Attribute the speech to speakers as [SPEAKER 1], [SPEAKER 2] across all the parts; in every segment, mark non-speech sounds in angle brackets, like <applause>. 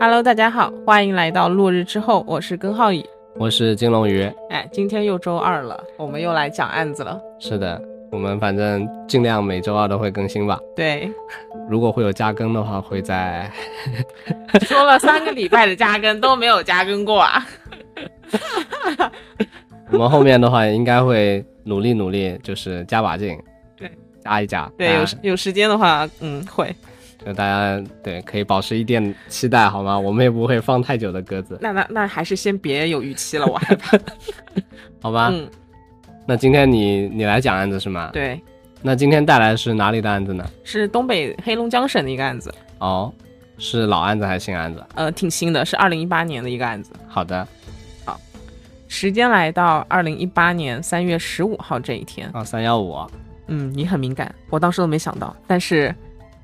[SPEAKER 1] Hello，大家好，欢迎来到落日之后，我是根浩宇。
[SPEAKER 2] 我是金龙鱼。
[SPEAKER 1] 哎，今天又周二了，我们又来讲案子了。
[SPEAKER 2] 是的，我们反正尽量每周二都会更新吧。
[SPEAKER 1] 对，
[SPEAKER 2] 如果会有加更的话，
[SPEAKER 1] <laughs>
[SPEAKER 2] 会在
[SPEAKER 1] 说了三个礼拜的加更都没有加更过啊。
[SPEAKER 2] 我们后面的话，应该会努力努力，就是加把劲，
[SPEAKER 1] 对，
[SPEAKER 2] 加一加。
[SPEAKER 1] 对，有
[SPEAKER 2] 大
[SPEAKER 1] 时
[SPEAKER 2] 家
[SPEAKER 1] 有时间的话，嗯，会。
[SPEAKER 2] 就大家对可以保持一点期待，好吗？我们也不会放太久的鸽子，
[SPEAKER 1] 那那那还是先别有预期了，我害怕。
[SPEAKER 2] 好吧？
[SPEAKER 1] 嗯，
[SPEAKER 2] 那今天你你来讲案子是吗？。
[SPEAKER 1] 对，
[SPEAKER 2] 那今天带来的是哪里的案子呢？
[SPEAKER 1] 是东北黑龙江省的一个案子，
[SPEAKER 2] 哦，是老案子还是新案子？
[SPEAKER 1] 呃，挺新的，是二零一八年的一个案子。
[SPEAKER 2] 好的，
[SPEAKER 1] 时间来到二零一八年三月十五号这一天，
[SPEAKER 2] 啊，三幺五。
[SPEAKER 1] 嗯，你很敏感，我当时都没想到，但是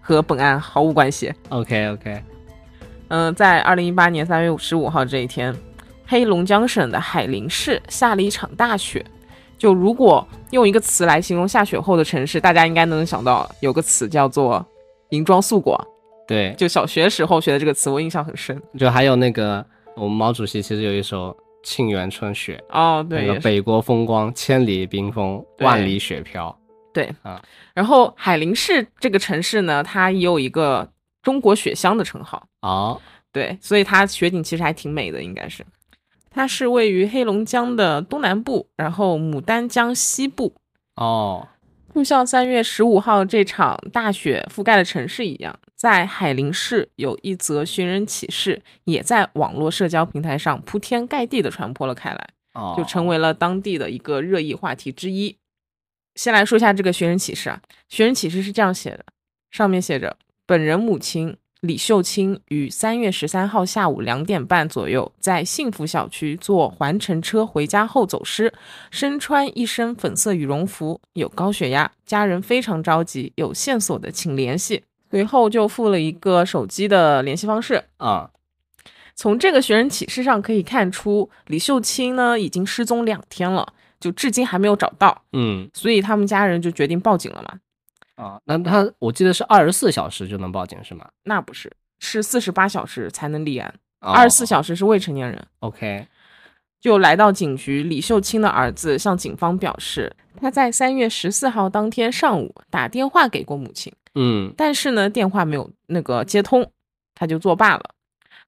[SPEAKER 1] 和本案毫无关系。
[SPEAKER 2] OK OK，
[SPEAKER 1] 嗯、在二零一八年三月十五号这一天，黑龙江省的海陵市下了一场大雪。就如果用一个词来形容下雪后的城市，大家应该能想到有个词叫做“银装素裹”。
[SPEAKER 2] 对，
[SPEAKER 1] 就小学时候学的这个词，我印象很深。
[SPEAKER 2] 就还有那个我们毛主席其实有一首《沁园春·雪》。
[SPEAKER 1] 哦，
[SPEAKER 2] 那
[SPEAKER 1] 对，
[SPEAKER 2] 个
[SPEAKER 1] 也是。
[SPEAKER 2] 北国风光，千里冰封，
[SPEAKER 1] 对
[SPEAKER 2] 万里雪飘。啊
[SPEAKER 1] 然后海陵市这个城市呢，它也有一个“中国雪乡”的称号。
[SPEAKER 2] 哦，
[SPEAKER 1] 对，所以它雪景其实还挺美的，应该是。它是位于黑龙江的东南部，然后牡丹江西部。
[SPEAKER 2] 哦，
[SPEAKER 1] 就像三月十五号这场大雪覆盖的城市一样，在海陵市有一则寻人启事，也在网络社交平台上铺天盖地的传播了开来，
[SPEAKER 2] 哦，
[SPEAKER 1] 就成为了当地的一个热议话题之一。先来说一下这个寻人启事啊，寻人启事是这样写的，上面写着：本人母亲李秀清于三月十三号下午两点半左右，在幸福小区坐环城车回家后走失，身穿一身粉色羽绒服，有高血压，家人非常着急，有线索的请联系。随后就附了一个手机的联系方式，
[SPEAKER 2] 啊、
[SPEAKER 1] 从这个寻人启事上可以看出，李秀清呢已经失踪两天了，就至今还没有找到，
[SPEAKER 2] 嗯，
[SPEAKER 1] 所以他们家人就决定报警了嘛。
[SPEAKER 2] 啊、那他我记得是二十四小时就能报警是吗？
[SPEAKER 1] 那不是，是四十八小时才能立案，二十四
[SPEAKER 2] 时。
[SPEAKER 1] 小时是未成年人。
[SPEAKER 2] 哦 OK，
[SPEAKER 1] 就来到警局，李秀清的儿子向警方表示，他在三月十四号当天上午打电话给过母亲，
[SPEAKER 2] 嗯，
[SPEAKER 1] 但是呢电话没有那个接通，他就作罢了。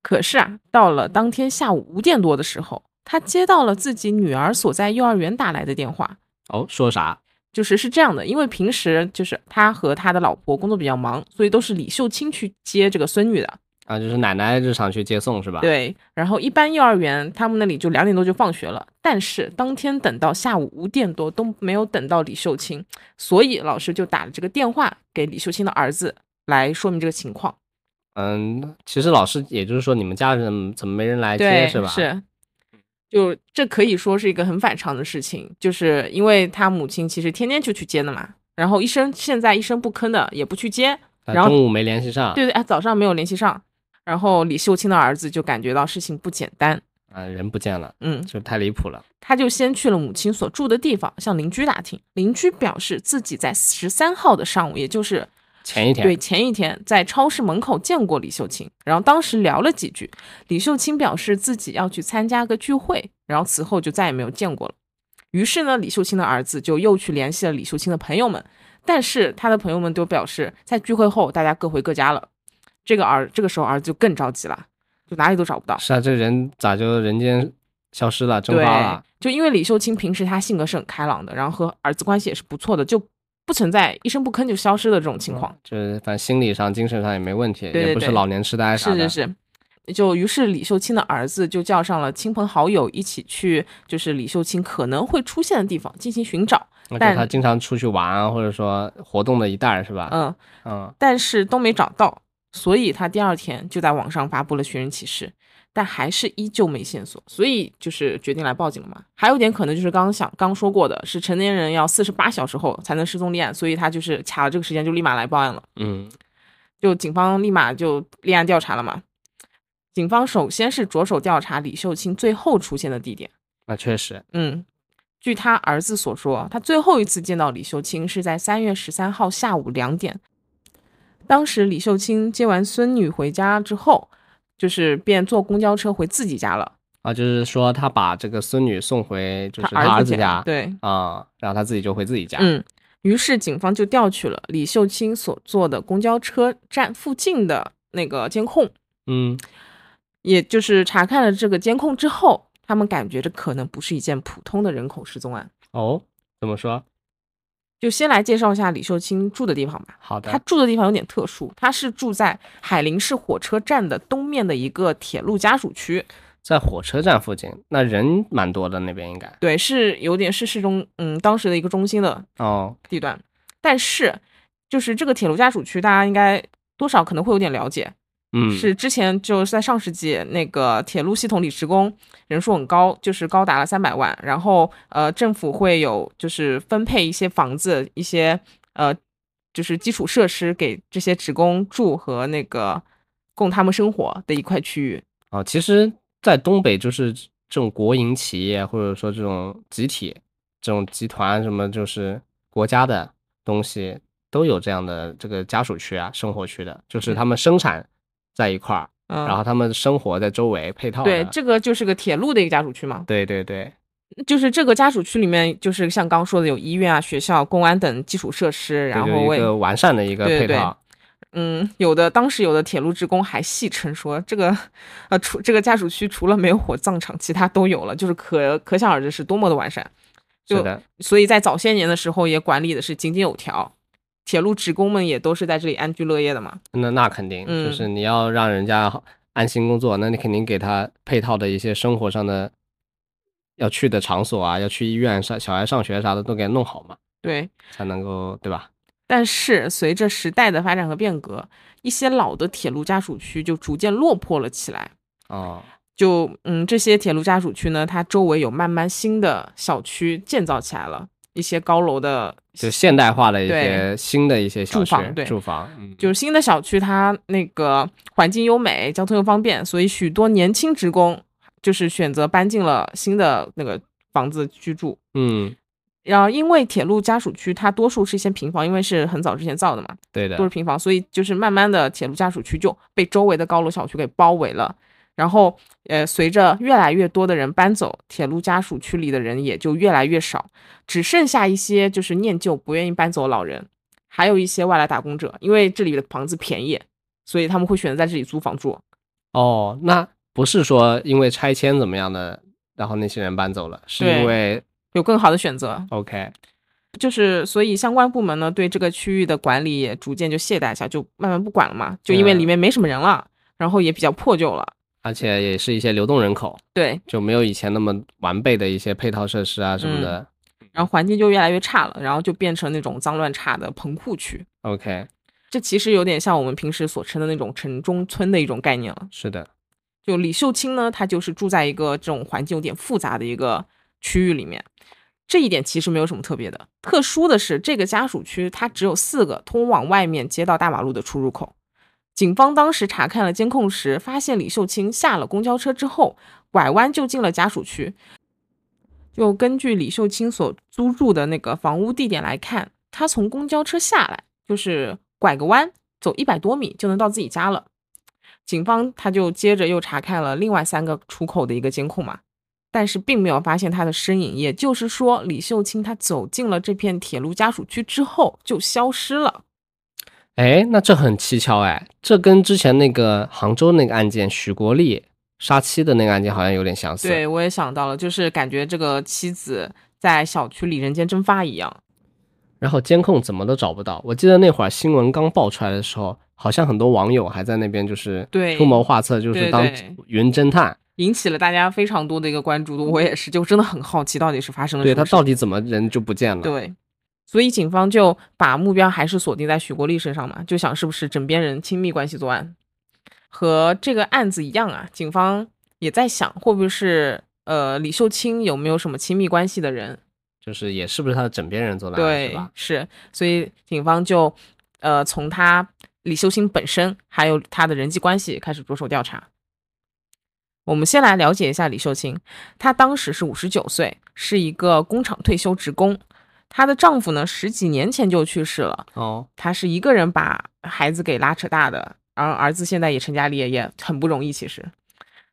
[SPEAKER 1] 可是啊，到了当天下午五点多的时候，他接到了自己女儿所在幼儿园打来的电话，
[SPEAKER 2] 哦，说啥？
[SPEAKER 1] 就是是这样的，因为平时就是他和他的老婆工作比较忙，所以都是李秀清去接这个孙女的。
[SPEAKER 2] 啊，就是奶奶日常去接送是吧？，
[SPEAKER 1] 对，然后一般幼儿园他们那里就两点多就放学了，但是当天等到下午五点多都没有等到李秀清，所以老师就打了这个电话给李秀清的儿子来说明这个情况。
[SPEAKER 2] 嗯，其实老师也就是说你们家人怎么没人来接
[SPEAKER 1] 对，
[SPEAKER 2] 是吧？，
[SPEAKER 1] 就这可以说是一个很反常的事情，就是因为他母亲其实天天就去接的嘛，然后医生现在一声不吭的也不去接，然
[SPEAKER 2] 但
[SPEAKER 1] 后
[SPEAKER 2] 啊中午没联系上，
[SPEAKER 1] 对对，哎，早上没有联系上，然后李秀清的儿子就感觉到事情不简单，
[SPEAKER 2] 啊，人不见了，
[SPEAKER 1] 嗯，
[SPEAKER 2] 就太离谱了。
[SPEAKER 1] 他就先去了母亲所住的地方，向邻居打听。邻居表示自己在十三号的上午，也就是
[SPEAKER 2] 前一天，
[SPEAKER 1] 对前一天，在超市门口见过李秀清，然后当时聊了几句。李秀清表示自己要去参加个聚会，然后此后就再也没有见过了。于是呢，李秀清的儿子就又去联系了李秀清的朋友们，但是他的朋友们都表示，在聚会后大家各回各家了。这个儿这个时候儿子就更着急了，就哪里都找不到。
[SPEAKER 2] 是啊，这人咋就人间消失了，蒸
[SPEAKER 1] 对，
[SPEAKER 2] 发了？
[SPEAKER 1] 就因为李秀清平时她性格是很开朗的，然后和儿子关系也是不错的，就不存在一声不吭就消失的这种情况。
[SPEAKER 2] 就是反正心理上、精神上也没问
[SPEAKER 1] 对
[SPEAKER 2] 题，
[SPEAKER 1] 对
[SPEAKER 2] 也不是
[SPEAKER 1] 对
[SPEAKER 2] 老年痴呆啥
[SPEAKER 1] 是
[SPEAKER 2] 的。
[SPEAKER 1] 是是。就于是李秀清的儿子就叫上了亲朋好友一起去，就是李秀清可能会出现的地方进行寻找。
[SPEAKER 2] 那
[SPEAKER 1] 但
[SPEAKER 2] 就他经常出去玩啊，或者说活动的一带儿是吧？
[SPEAKER 1] 嗯，
[SPEAKER 2] 嗯
[SPEAKER 1] 但是都没找到，所以他第二天就在网上发布了寻人启事，但还是依旧没线索，所以就是决定来报警了嘛。还有一点可能就是刚刚想刚说过的，是成年人要四十八小时后才能失踪立案，所以他就是卡了这个时间就立马来报案了。
[SPEAKER 2] 嗯，
[SPEAKER 1] 就警方立马就立案调查了嘛。警方首先是着手调查李秀清最后出现的地点。
[SPEAKER 2] 那确实，
[SPEAKER 1] 嗯，据他儿子所说，他最后一次见到李秀清是在三月十三号下午两点。当时李秀清接完孙女回家之后，就是便坐公交车回自己家了，
[SPEAKER 2] 啊，就是说他把这个孙女送回就是他
[SPEAKER 1] 儿
[SPEAKER 2] 儿
[SPEAKER 1] 子
[SPEAKER 2] 子家，
[SPEAKER 1] 对，
[SPEAKER 2] 啊，然后他自己就回自己家，
[SPEAKER 1] 嗯。于是警方就调取了李秀清所坐的公交车站附近的那个监控，
[SPEAKER 2] 嗯
[SPEAKER 1] 也就是查看了这个监控之后，他们感觉这可能不是一件普通的人口失踪案。
[SPEAKER 2] 哦，怎么说？
[SPEAKER 1] 就先来介绍一下李秀清住的地方吧。
[SPEAKER 2] 好
[SPEAKER 1] 她
[SPEAKER 2] 的，
[SPEAKER 1] 住的地方有点特殊，她是住在海陵市火车站的东面的一个铁路家属区，
[SPEAKER 2] 在火车站附近，那人蛮多的那边应该
[SPEAKER 1] 对，是有点是市中，嗯，当时的一个中心的
[SPEAKER 2] 哦，
[SPEAKER 1] 地段。但是，就是这个铁路家属区，大家应该多少可能会有点了解，
[SPEAKER 2] 嗯，
[SPEAKER 1] 是之前就是在上世纪那个铁路系统里职工人数很高，就是高达了三百万，然后呃政府会有就是分配一些房子、一些呃就是基础设施给这些职工住和那个供他们生活的一块区域。
[SPEAKER 2] 啊，其实，在东北就是这种国营企业，或者说这种集体、这种集团，什么就是国家的东西，都有这样的这个家属区啊、生活区的，就是他们生产在一块儿，
[SPEAKER 1] 嗯，
[SPEAKER 2] 然后他们生活在周围配套
[SPEAKER 1] 对
[SPEAKER 2] 的，
[SPEAKER 1] 这个就是个铁路的一个家属区嘛，
[SPEAKER 2] 对对对，
[SPEAKER 1] 就是这个家属区里面就是像刚说的有医院啊、学校、公安等基础设施，
[SPEAKER 2] 这
[SPEAKER 1] 然
[SPEAKER 2] 就
[SPEAKER 1] 后
[SPEAKER 2] 一
[SPEAKER 1] 为
[SPEAKER 2] 个完善的一个
[SPEAKER 1] 对
[SPEAKER 2] 配
[SPEAKER 1] 对
[SPEAKER 2] 套，
[SPEAKER 1] 嗯，有的当时有的铁路职工还戏称说，这个，呃，除这个家属区除了没有火葬场，其他都有了，就是可可想而知是多么的完善。就是
[SPEAKER 2] 的，
[SPEAKER 1] 所以在早些年的时候，也管理的是井井有条，铁路职工们也都是在这里安居乐业的嘛。
[SPEAKER 2] 那那肯定，
[SPEAKER 1] 嗯
[SPEAKER 2] 就是你要让人家好安心工作，那你肯定给他配套的一些生活上的。要去的场所啊，要去医院上小孩上学啥的都给弄好嘛。
[SPEAKER 1] 对，
[SPEAKER 2] 才能够对吧？
[SPEAKER 1] 但是随着时代的发展和变革，一些老的铁路家属区就逐渐落魄了起来。
[SPEAKER 2] 哦，
[SPEAKER 1] 就嗯，这些铁路家属区呢，它周围有慢慢新的小区建造起来了，一些高楼的
[SPEAKER 2] 就现代化的一
[SPEAKER 1] 对
[SPEAKER 2] 些新的一些小
[SPEAKER 1] 住
[SPEAKER 2] 区
[SPEAKER 1] 房对
[SPEAKER 2] 住房，嗯，
[SPEAKER 1] 就是新的小区，它那个环境优美，交通又方便，所以许多年轻职工就是选择搬进了新的那个房子居住。
[SPEAKER 2] 嗯，
[SPEAKER 1] 然后，因为铁路家属区它多数是一些平房，因为是很早之前造的嘛，
[SPEAKER 2] 对的
[SPEAKER 1] 都是，平房，所以就是慢慢的铁路家属区就被周围的高楼小区给包围了。然后，呃，随着越来越多的人搬走，铁路家属区里的人也就越来越少，只剩下一些就是念旧不愿意搬走的老人，还有一些外来打工者，因为这里的房子便宜，所以他们会选择在这里租房住。
[SPEAKER 2] 哦，那不是说因为拆迁怎么样的，然后那些人搬走了，是
[SPEAKER 1] 对
[SPEAKER 2] 因为
[SPEAKER 1] 有更好的选择，
[SPEAKER 2] OK，
[SPEAKER 1] 就是所以相关部门呢对这个区域的管理也逐渐就懈怠一下，就慢慢不管了嘛，就因为
[SPEAKER 2] 嗯
[SPEAKER 1] 里面没什么人了，然后也比较破旧了，
[SPEAKER 2] 而且也是一些流动人口，
[SPEAKER 1] 对，
[SPEAKER 2] 就没有以前那么完备的一些配套设施啊什
[SPEAKER 1] 嗯
[SPEAKER 2] 么的。
[SPEAKER 1] 然后环境就越来越差了，然后就变成那种脏乱差的棚户区。
[SPEAKER 2] OK，
[SPEAKER 1] 这其实有点像我们平时所称的那种城中村的一种概念了。
[SPEAKER 2] 是的，
[SPEAKER 1] 就李秀清呢，她就是住在一个这种环境有点复杂的一个区域里面，这一点其实没有什么特别的。特殊的是，这个家属区它只有四个通往外面街道大马路的出入口。警方当时查看了监控时，发现李秀清下了公交车之后，拐弯就进了家属区。就根据李秀清所租住的那个房屋地点来看，她从公交车下来，就是拐个弯，走一百多米就能到自己家了。警方他就接着又查看了另外三个出口的一个监控嘛，但是并没有发现他的身影。也就是说，李秀清她走进了这片铁路家属区之后就消失了。
[SPEAKER 2] 哎，那这很蹊跷哎，这跟之前那个杭州那个案件，许国立杀妻的那个案件好像有点相似。
[SPEAKER 1] 对，我也想到了，就是感觉这个妻子在小区里人间蒸发一样。
[SPEAKER 2] 然后监控怎么都找不到。我记得那会儿新闻刚爆出来的时候，好像很多网友还在那边就是
[SPEAKER 1] 对
[SPEAKER 2] 出谋划策，就
[SPEAKER 1] 对
[SPEAKER 2] 是当
[SPEAKER 1] 对
[SPEAKER 2] 云侦探，
[SPEAKER 1] 引起了大家非常多的一个关注度，我也是，就真的很好奇到底是发生了
[SPEAKER 2] 对
[SPEAKER 1] 什
[SPEAKER 2] 他
[SPEAKER 1] 么事。
[SPEAKER 2] 到底怎么人就不见了？
[SPEAKER 1] 对，所以警方就把目标还是锁定在许国立身上嘛，就想是不是枕边人亲密关系作案。和这个案子一样啊，警方也在想会不会是呃李秀清有没有什么亲密关系的人？
[SPEAKER 2] 就是也是不是他的枕边人做的案是
[SPEAKER 1] 对
[SPEAKER 2] 吧，？
[SPEAKER 1] 是，所以警方就呃从他李秀清本身还有他的人际关系开始着手调查。我们先来了解一下李秀清，她当时是五十九岁，是一个工厂退休职工。她的丈夫呢，十几年前就去世了，
[SPEAKER 2] 哦，
[SPEAKER 1] 她是一个人把孩子给拉扯大的，而儿子现在也成家立业，也很不容易。其实，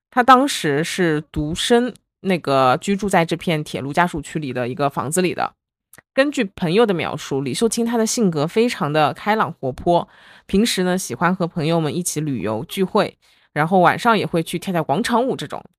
[SPEAKER 1] 他当时是独身，那个居住在这片铁路家属区里的一个房子里的。根据朋友的描述，李秀清她的性格非常的开朗活泼，平时呢喜欢和朋友们一起旅游聚会，然后晚上也会去跳跳广场舞这种。 <laughs>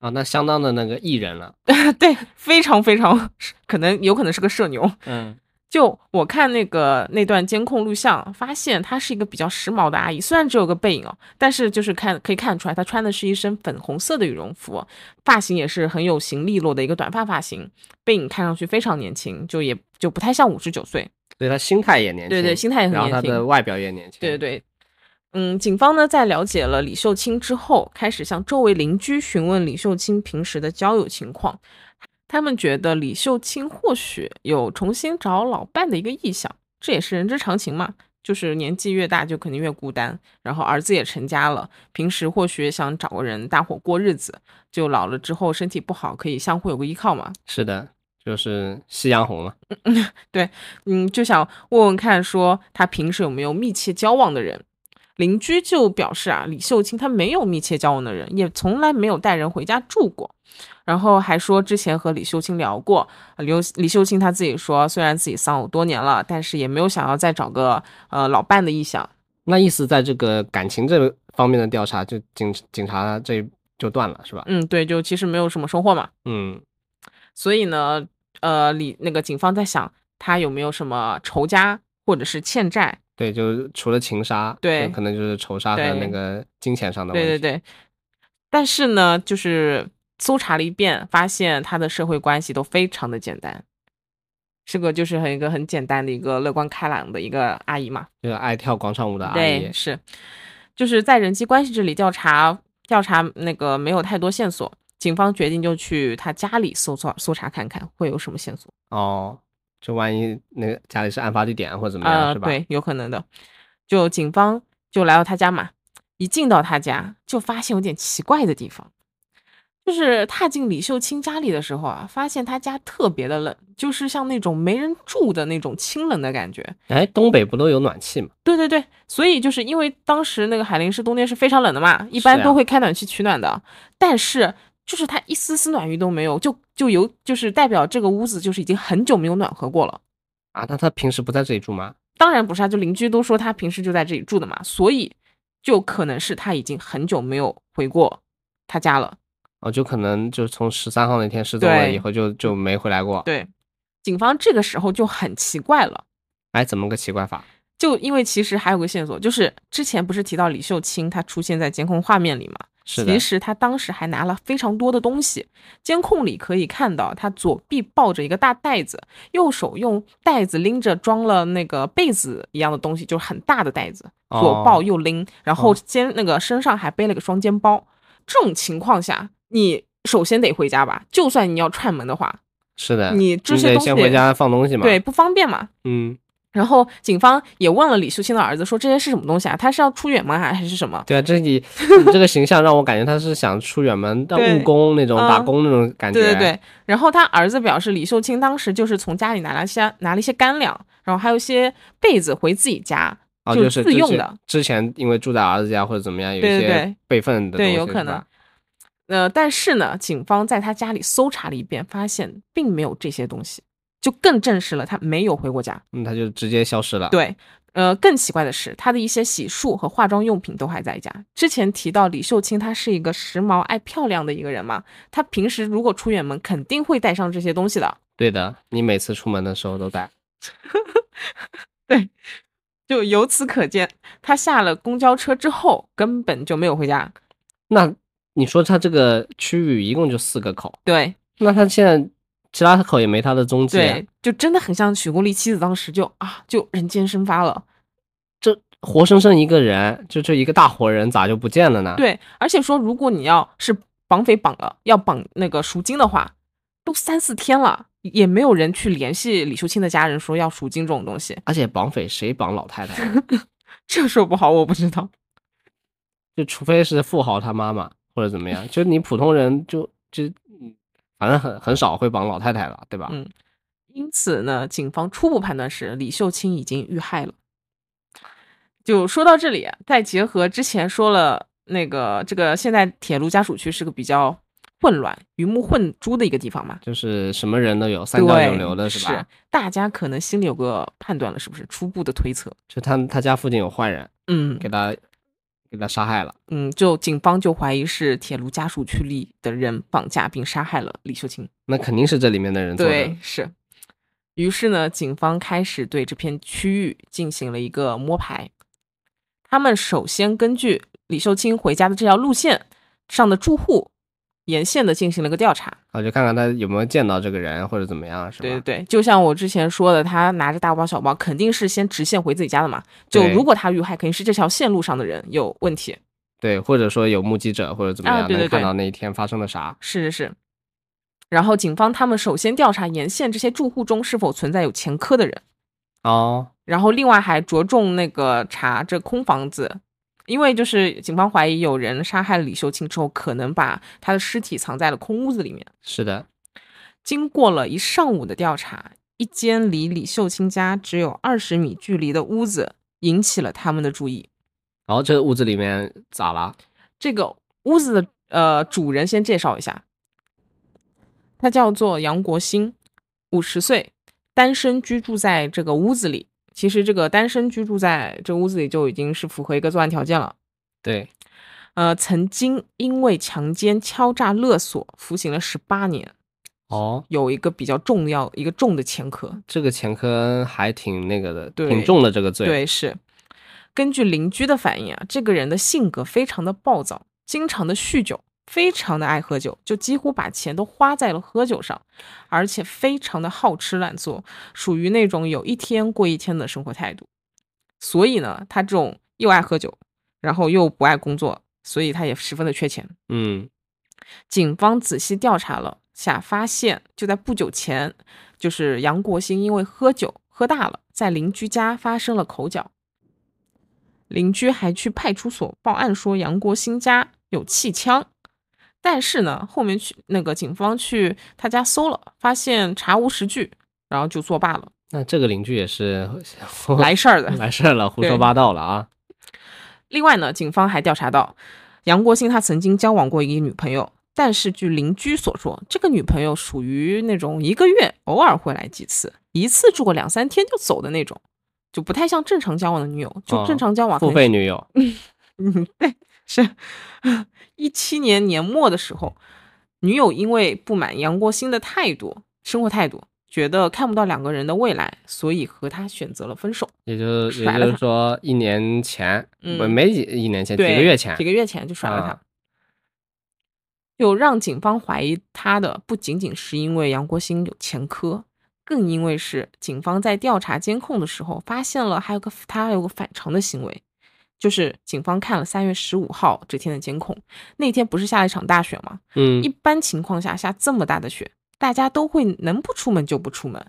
[SPEAKER 2] 啊，那相当的那个艺人了，
[SPEAKER 1] 对，非常非常， <laughs> 可能有可能是个社牛。
[SPEAKER 2] 嗯，
[SPEAKER 1] 就我看那个那段监控录像，发现她是一个比较时髦的阿姨，虽然只有个背影哦，但是就是看可以看出来，她穿的是一身粉红色的羽绒服，发型也是很有型利落的一个短发发型，背影看上去非常年轻，就也就不太像五十九岁。
[SPEAKER 2] 所以他心态也年轻，
[SPEAKER 1] 对对，心态也很
[SPEAKER 2] 然后他
[SPEAKER 1] 年轻。
[SPEAKER 2] 的外表也年轻，
[SPEAKER 1] 对对对，嗯，警方呢在了解了李秀清之后，开始向周围邻居询问李秀清平时的交友情况。他们觉得李秀清或许有重新找老伴的一个意向，这也是人之常情嘛。就是年纪越大，就肯定越孤单。然后儿子也成家了，平时或许也想找个人搭伙过日子。就老了之后身体不好，可以相互有个依靠嘛。
[SPEAKER 2] 是的，就是夕阳红嘛，
[SPEAKER 1] 嗯，就想问问看，说他平时有没有密切交往的人？邻居就表示啊，李秀清她没有密切交往的人，也从来没有带人回家住过。然后还说之前和李秀清聊过，呃刘李秀清她自己说，虽然自己丧偶多年了，但是也没有想要再找个呃老伴的意向。
[SPEAKER 2] 那意思在这个感情这方面的调查，就警警察这一就断了，是吧？
[SPEAKER 1] 嗯，对，就其实没有什么收获嘛。
[SPEAKER 2] 嗯，
[SPEAKER 1] 所以呢，呃，李那个警方在想，他有没有什么仇家或者是欠债？
[SPEAKER 2] 对，就是除了情杀，
[SPEAKER 1] 对
[SPEAKER 2] 就可能就是仇杀和
[SPEAKER 1] 对
[SPEAKER 2] 那个金钱上的问
[SPEAKER 1] 对
[SPEAKER 2] 题，
[SPEAKER 1] 对对，但是呢，就是搜查了一遍，发现他的社会关系都非常的简单，这个就是很一个很简单的一个乐观开朗的一个阿姨嘛。
[SPEAKER 2] 就是爱跳广场舞的阿
[SPEAKER 1] 对
[SPEAKER 2] 姨，，
[SPEAKER 1] 是，就是在人际关系这里调查调查那个没有太多线索，警方决定就去他家里搜索搜查看看会有什么线索。
[SPEAKER 2] 哦，就万一那个家里是案发地点或者怎么样，
[SPEAKER 1] 啊，
[SPEAKER 2] 是吧？
[SPEAKER 1] 对，有可能的。就警方就来到他家嘛，一进到他家就发现有点奇怪的地方，就是踏进李秀清家里的时候啊，发现他家特别的冷，就是像那种没人住的那种清冷的感觉。
[SPEAKER 2] 哎，东北不都有暖气吗？
[SPEAKER 1] 对对对，所以就是因为当时那个海林市冬天是非常冷的嘛，一
[SPEAKER 2] 是啊
[SPEAKER 1] 般都
[SPEAKER 2] 呀
[SPEAKER 1] 会开暖气取暖的，但是就是他一丝丝暖意都没有，就就有就是代表这个屋子就是已经很久没有暖和过了。
[SPEAKER 2] 啊，那他平时不在这里住吗？
[SPEAKER 1] 当然不是啊，就邻居都说他平时就在这里住的嘛，所以就可能是他已经很久没有回过他家了。
[SPEAKER 2] 哦，就可能就从十三号那天失踪了
[SPEAKER 1] 对
[SPEAKER 2] 以后就就没回来过。
[SPEAKER 1] 对，警方这个时候就很奇怪了，
[SPEAKER 2] 哎，怎么个奇怪法？
[SPEAKER 1] 就因为其实还有个线索，就是之前不是提到李秀清她出现在监控画面里嘛？
[SPEAKER 2] 是
[SPEAKER 1] 其
[SPEAKER 2] 的，
[SPEAKER 1] 实她当时还拿了非常多的东西，监控里可以看到，她左臂抱着一个大袋子，右手用袋子拎着装了那个被子一样的东西，就是很大的袋子，
[SPEAKER 2] 哦
[SPEAKER 1] 左抱右拎，然后
[SPEAKER 2] 哦
[SPEAKER 1] 肩那个身上还背了个双肩包。这种情况下，你首先得回家吧，就算你要串门的话，
[SPEAKER 2] 是的，
[SPEAKER 1] 你这些
[SPEAKER 2] 得
[SPEAKER 1] 东西
[SPEAKER 2] 先回家放东西嘛。
[SPEAKER 1] 对，，不方便嘛。
[SPEAKER 2] 嗯，
[SPEAKER 1] 然后警方也问了李秀清的儿子，说这些是什么东西啊？他是要出远门啊还是什么？
[SPEAKER 2] 对啊，这你你这个形象让我感觉他是想出
[SPEAKER 1] <laughs>
[SPEAKER 2] 远门当
[SPEAKER 1] 对
[SPEAKER 2] 务工那种
[SPEAKER 1] 嗯
[SPEAKER 2] 打工那种感觉。
[SPEAKER 1] 对对对，然后他儿子表示，李秀清当时就是从家里拿了些拿了一些干粮，然后还有一些被子回自己家，
[SPEAKER 2] 哦，
[SPEAKER 1] 就
[SPEAKER 2] 就是是
[SPEAKER 1] 自
[SPEAKER 2] 之
[SPEAKER 1] 用
[SPEAKER 2] 前
[SPEAKER 1] 的。
[SPEAKER 2] 之前因为住在儿子家或者怎么样，有一
[SPEAKER 1] 对对
[SPEAKER 2] 些
[SPEAKER 1] 对
[SPEAKER 2] 备份的东
[SPEAKER 1] 对
[SPEAKER 2] 西，
[SPEAKER 1] 有可
[SPEAKER 2] 是吧
[SPEAKER 1] 能呃，但是呢，警方在他家里搜查了一遍，发现并没有这些东西，就更证实了他没有回过家。
[SPEAKER 2] 嗯，他就直接消失了。，
[SPEAKER 1] 对，呃，更奇怪的是，他的一些洗漱和化妆用品都还在家。之前提到李秀清，她是一个时髦爱漂亮的一个人嘛，她平时如果出远门，肯定会带上这些东西的。
[SPEAKER 2] 对的，你每次出门的时候都带。
[SPEAKER 1] 就由此可见，他下了公交车之后根本就没有回家。
[SPEAKER 2] 那你说他这个区域一共就四个口，
[SPEAKER 1] 对
[SPEAKER 2] 那他现在其他口也没他的踪迹啊，
[SPEAKER 1] 对，就真的很像许国立妻子当时就啊，就人间蒸发了。
[SPEAKER 2] 这活生生一个人，就这一个大活人咋就不见了呢？，
[SPEAKER 1] 对，而且说如果你要是绑匪绑了，要绑那个赎金的话，都三四天了，也没有人去联系李秀清的家人说要赎金这种东西，
[SPEAKER 2] 而且绑匪谁绑老太太啊？
[SPEAKER 1] 这说不好，我不知道。
[SPEAKER 2] 就除非是富豪他妈妈或者怎么样，就你普通人就就嗯反正很很少会绑老太太了，对吧？
[SPEAKER 1] 嗯因此呢，警方初步判断是李秀清已经遇害了。就说到这里，再结合之前说了那个这个现在铁路家属区是个比较混乱、鱼目混珠的一个地方嘛，
[SPEAKER 2] 就是什么人都有，三教九流的
[SPEAKER 1] 是
[SPEAKER 2] 吧？
[SPEAKER 1] 大家可能心里有个判断了，是不是？初步的推测，
[SPEAKER 2] 就他他家附近有坏人，
[SPEAKER 1] 嗯
[SPEAKER 2] 给他给他杀害了，
[SPEAKER 1] 嗯，就警方就怀疑是铁路家属区里的人绑架并杀害了李秀清。
[SPEAKER 2] 那肯定是这里面的人做的
[SPEAKER 1] 对，。是。于是呢，警方开始对这片区域进行了一个摸排。他们首先根据李秀清回家的这条路线上的住户沿线的进行了个调查。
[SPEAKER 2] 我啊就看看他有没有见到这个人或者怎么样，是吧？
[SPEAKER 1] 对对对，就像我之前说的，他拿着大包小包，肯定是先直线回自己家的嘛。就
[SPEAKER 2] 对
[SPEAKER 1] 如果他遇害，肯定是这条线路上的人有问题。
[SPEAKER 2] 对或者说有目击者或者怎么
[SPEAKER 1] 啊
[SPEAKER 2] 样，
[SPEAKER 1] 对对
[SPEAKER 2] 能看
[SPEAKER 1] 对
[SPEAKER 2] 到那一天发生了啥。
[SPEAKER 1] 是是是。然后警方他们首先调查沿线这些住户中是否存在有前科的人。
[SPEAKER 2] 哦，
[SPEAKER 1] 然后另外还着重那个查这空房子，因为就是警方怀疑有人杀害了李秀清之后，可能把她的尸体藏在了空屋子里面。
[SPEAKER 2] 是的，
[SPEAKER 1] 经过了一上午的调查，一间离李秀清家只有二十米距离的屋子引起了他们的注意。
[SPEAKER 2] 然后哦这个屋子里面咋了？
[SPEAKER 1] 这个屋子的呃主人先介绍一下，他叫做杨国兴，五十岁，单身居住在这个屋子里。其实这个单身居住在这屋子里就已经是符合一个作案条件了。
[SPEAKER 2] 对，
[SPEAKER 1] 呃，曾经因为强奸、敲诈勒索服刑了十八年，
[SPEAKER 2] 哦，
[SPEAKER 1] 有一个比较重要、一个重的前科。
[SPEAKER 2] 这个前科还挺那个的，
[SPEAKER 1] 对
[SPEAKER 2] 挺重的这个罪。，
[SPEAKER 1] 对，是。根据邻居的反映啊，这个人的性格非常的暴躁，经常的酗酒，非常的爱喝酒，就几乎把钱都花在了喝酒上，而且非常的好吃懒做，属于那种有一天过一天的生活态度。所以呢，他这种又爱喝酒，然后又不爱工作，所以他也十分的缺钱。
[SPEAKER 2] 嗯，
[SPEAKER 1] 警方仔细调查了下，发现就在不久前，就是杨国兴因为喝酒喝大了，在邻居家发生了口角。邻居还去派出所报案说杨国兴家有气枪，但是呢，后面去那个警方去他家搜了，发现查无实据，然后就作罢了，
[SPEAKER 2] 那这个邻居
[SPEAKER 1] <laughs>
[SPEAKER 2] 也是
[SPEAKER 1] 哦来事儿的。
[SPEAKER 2] 来事儿了，胡说
[SPEAKER 1] 对
[SPEAKER 2] 八道了啊！
[SPEAKER 1] 另外呢，警方还调查到，杨国兴他曾经交往过一个女朋友，但是据邻居所说，这个女朋友属于那种一个月偶尔会来几次，一次住过两三天就走的那种，就不太像正常交往的女友。就
[SPEAKER 2] 哦
[SPEAKER 1] 正常交往、
[SPEAKER 2] 付费，女友，
[SPEAKER 1] 嗯，对， <laughs> 是。一七年年末的时候，女友因为不满杨国兴的态度、生活态度，觉得看不到两个人的未来，所以和他选择了分手。<laughs>
[SPEAKER 2] 也就也
[SPEAKER 1] 甩了
[SPEAKER 2] 就是
[SPEAKER 1] 他
[SPEAKER 2] 说一年前，
[SPEAKER 1] 嗯
[SPEAKER 2] 不没几一年前，几
[SPEAKER 1] 对，
[SPEAKER 2] 个月前
[SPEAKER 1] 几，个月前就甩了他。
[SPEAKER 2] 啊
[SPEAKER 1] 有让警方怀疑他的，不仅仅是因为杨国兴有前科，更因为是警方在调查监控的时候发现了，还有个他还有个反常的行为，就是警方看了三月十五号这天的监控，那天不是下了一场大雪吗？一
[SPEAKER 2] 嗯，
[SPEAKER 1] 般情况下下这么大的雪，大家都会能不出门就不出门，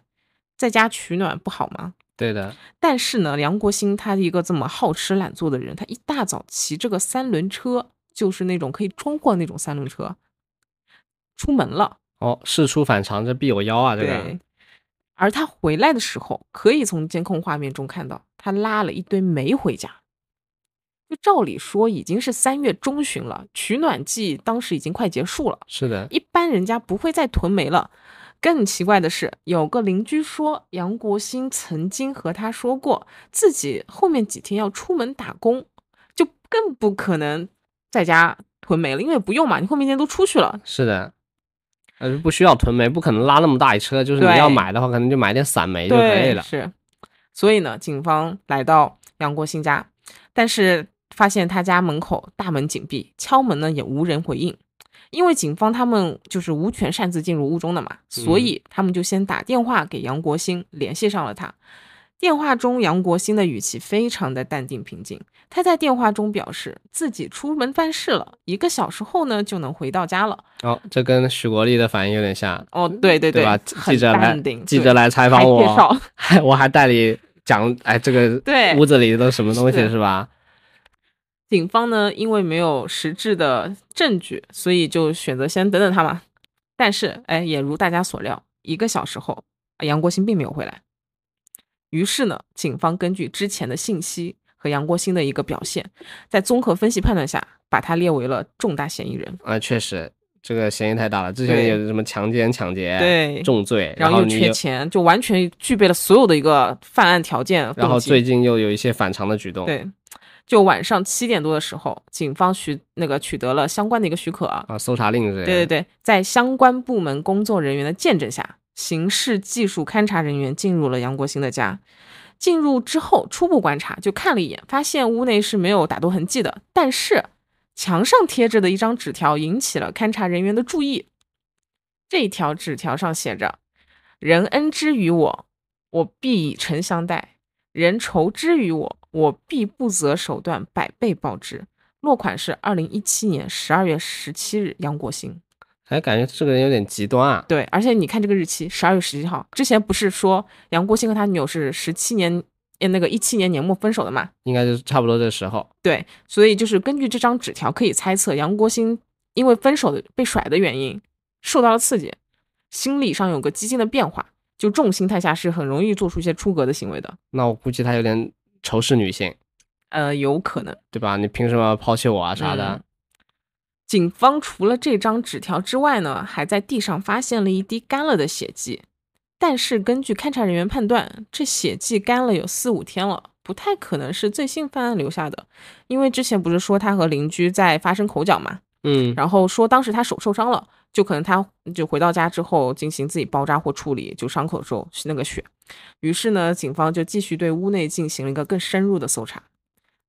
[SPEAKER 1] 在家取暖不好吗？
[SPEAKER 2] 对的，
[SPEAKER 1] 但是呢，梁国兴他一个这么好吃懒做的人，他一大早骑这个三轮车，就是那种可以装货的那种三轮车，出门了。
[SPEAKER 2] 哦，事出反常，这必有妖啊，这个
[SPEAKER 1] 对，而他回来的时候，可以从监控画面中看到，他拉了一堆煤回家。就照理说，已经是三月中旬了，取暖季当时已经快结束了。
[SPEAKER 2] 是的，
[SPEAKER 1] 一般人家不会再囤煤了。更奇怪的是，有个邻居说，杨国兴曾经和他说过，自己后面几天要出门打工，就更不可能在家囤煤了，因为不用嘛，你后面几天都出去了。
[SPEAKER 2] 是的。呃，不需要囤煤，不可能拉那么大一车。就是你
[SPEAKER 1] 对
[SPEAKER 2] 要买的话，可能就买点散煤就可以
[SPEAKER 1] 对，
[SPEAKER 2] 了。
[SPEAKER 1] 是。所以呢，警方来到杨国兴家，但是发现他家门口大门紧闭，敲门呢也无人回应。因为警方他们就是无权擅自进入屋中的嘛，
[SPEAKER 2] 嗯
[SPEAKER 1] 所以他们就先打电话给杨国兴，联系上了他。电话中，杨国兴的语气非常的淡定平静。他在电话中表示自己出门办事了，一个小时后呢就能回到家了。
[SPEAKER 2] 哦，这跟许国立的反应有点像。
[SPEAKER 1] 哦，对对
[SPEAKER 2] 对吧？记
[SPEAKER 1] 很
[SPEAKER 2] 记者来
[SPEAKER 1] 淡定，，
[SPEAKER 2] 记
[SPEAKER 1] 对
[SPEAKER 2] 者来采访
[SPEAKER 1] 还
[SPEAKER 2] 我
[SPEAKER 1] 介绍，
[SPEAKER 2] 还我还带你讲，哎，这个
[SPEAKER 1] 对
[SPEAKER 2] 屋子里都什么东西
[SPEAKER 1] 是
[SPEAKER 2] 是吧？
[SPEAKER 1] 警方呢，因为没有实质的证据，所以就选择先等等他嘛。但是，哎，也如大家所料，一个小时后，杨国兴并没有回来。于是呢，警方根据之前的信息和杨国兴的一个表现，在综合分析判断下，把他列为了重大嫌疑人。
[SPEAKER 2] 啊，确实这个嫌疑太大了。之前
[SPEAKER 1] 对
[SPEAKER 2] 有什么强奸、抢劫，，
[SPEAKER 1] 对，
[SPEAKER 2] 哎重罪，
[SPEAKER 1] 然
[SPEAKER 2] 然
[SPEAKER 1] 后又
[SPEAKER 2] 你
[SPEAKER 1] 缺钱，就完全具备了所有的一个犯案条件
[SPEAKER 2] 然后
[SPEAKER 1] 动机
[SPEAKER 2] 最近又有一些反常的举动，
[SPEAKER 1] 对，就晚上七点多的时候，警方取那个取得了相关的一个许可啊，
[SPEAKER 2] 啊，搜查令之类的，
[SPEAKER 1] 对对对，在相关部门工作人员的见证下，刑事技术勘查人员进入了杨国兴的家。进入之后，初步观察就看了一眼，发现屋内是没有打斗痕迹的，但是墙上贴着的一张纸条引起了勘查人员的注意。这条纸条上写着：“人恩之于我，我必以诚相待；人仇之于我，我必不择手段，百倍报之。”落款是二零一七年十二月十七日，杨国兴。
[SPEAKER 2] 哎，感觉这个人有点极端啊。
[SPEAKER 1] 对，而且你看这个日期，十二月十七号，之前不是说杨国兴和他女友是十七年，呃，那个一七年年末分手的嘛？
[SPEAKER 2] 应该就是差不多这时候。
[SPEAKER 1] 对，所以就是根据这张纸条可以猜测，杨国兴因为分手的被甩的原因，受到了刺激，心理上有个激进的变化，就这种心态下是很容易做出一些出格的行为的。
[SPEAKER 2] 那我估计他有点仇视女性，
[SPEAKER 1] 呃，有可能
[SPEAKER 2] 对吧？你凭什么抛弃我啊啥的？
[SPEAKER 1] 嗯警方除了这张纸条之外呢，还在地上发现了一滴干了的血迹，但是根据勘查人员判断，这血迹干了有四五天了，不太可能是罪性犯案留下的，因为之前不是说他和邻居在发生口角嘛，
[SPEAKER 2] 嗯，
[SPEAKER 1] 然后说当时他手受伤了，就可能他就回到家之后进行自己包扎或处理，就伤口受那个血。于是呢，警方就继续对屋内进行了一个更深入的搜查。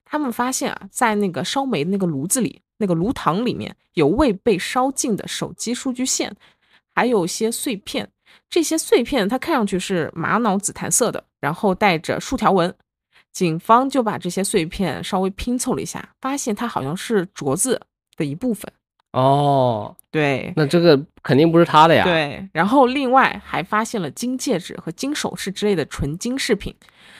[SPEAKER 1] 他们发现啊，在那个烧煤的那个炉子里，那个炉膛里面有未被烧尽的手机数据线，还有些碎片。这些碎片它看上去是玛瑙紫檀色的，然后带着竖条纹。警方就把这些碎片稍微拼凑了一下，发现它好像是镯子的一部分。
[SPEAKER 2] 哦，
[SPEAKER 1] 对
[SPEAKER 2] 那这个肯定不是他的呀。，
[SPEAKER 1] 对，然后另外还发现了金戒指和金首饰之类的纯金饰品。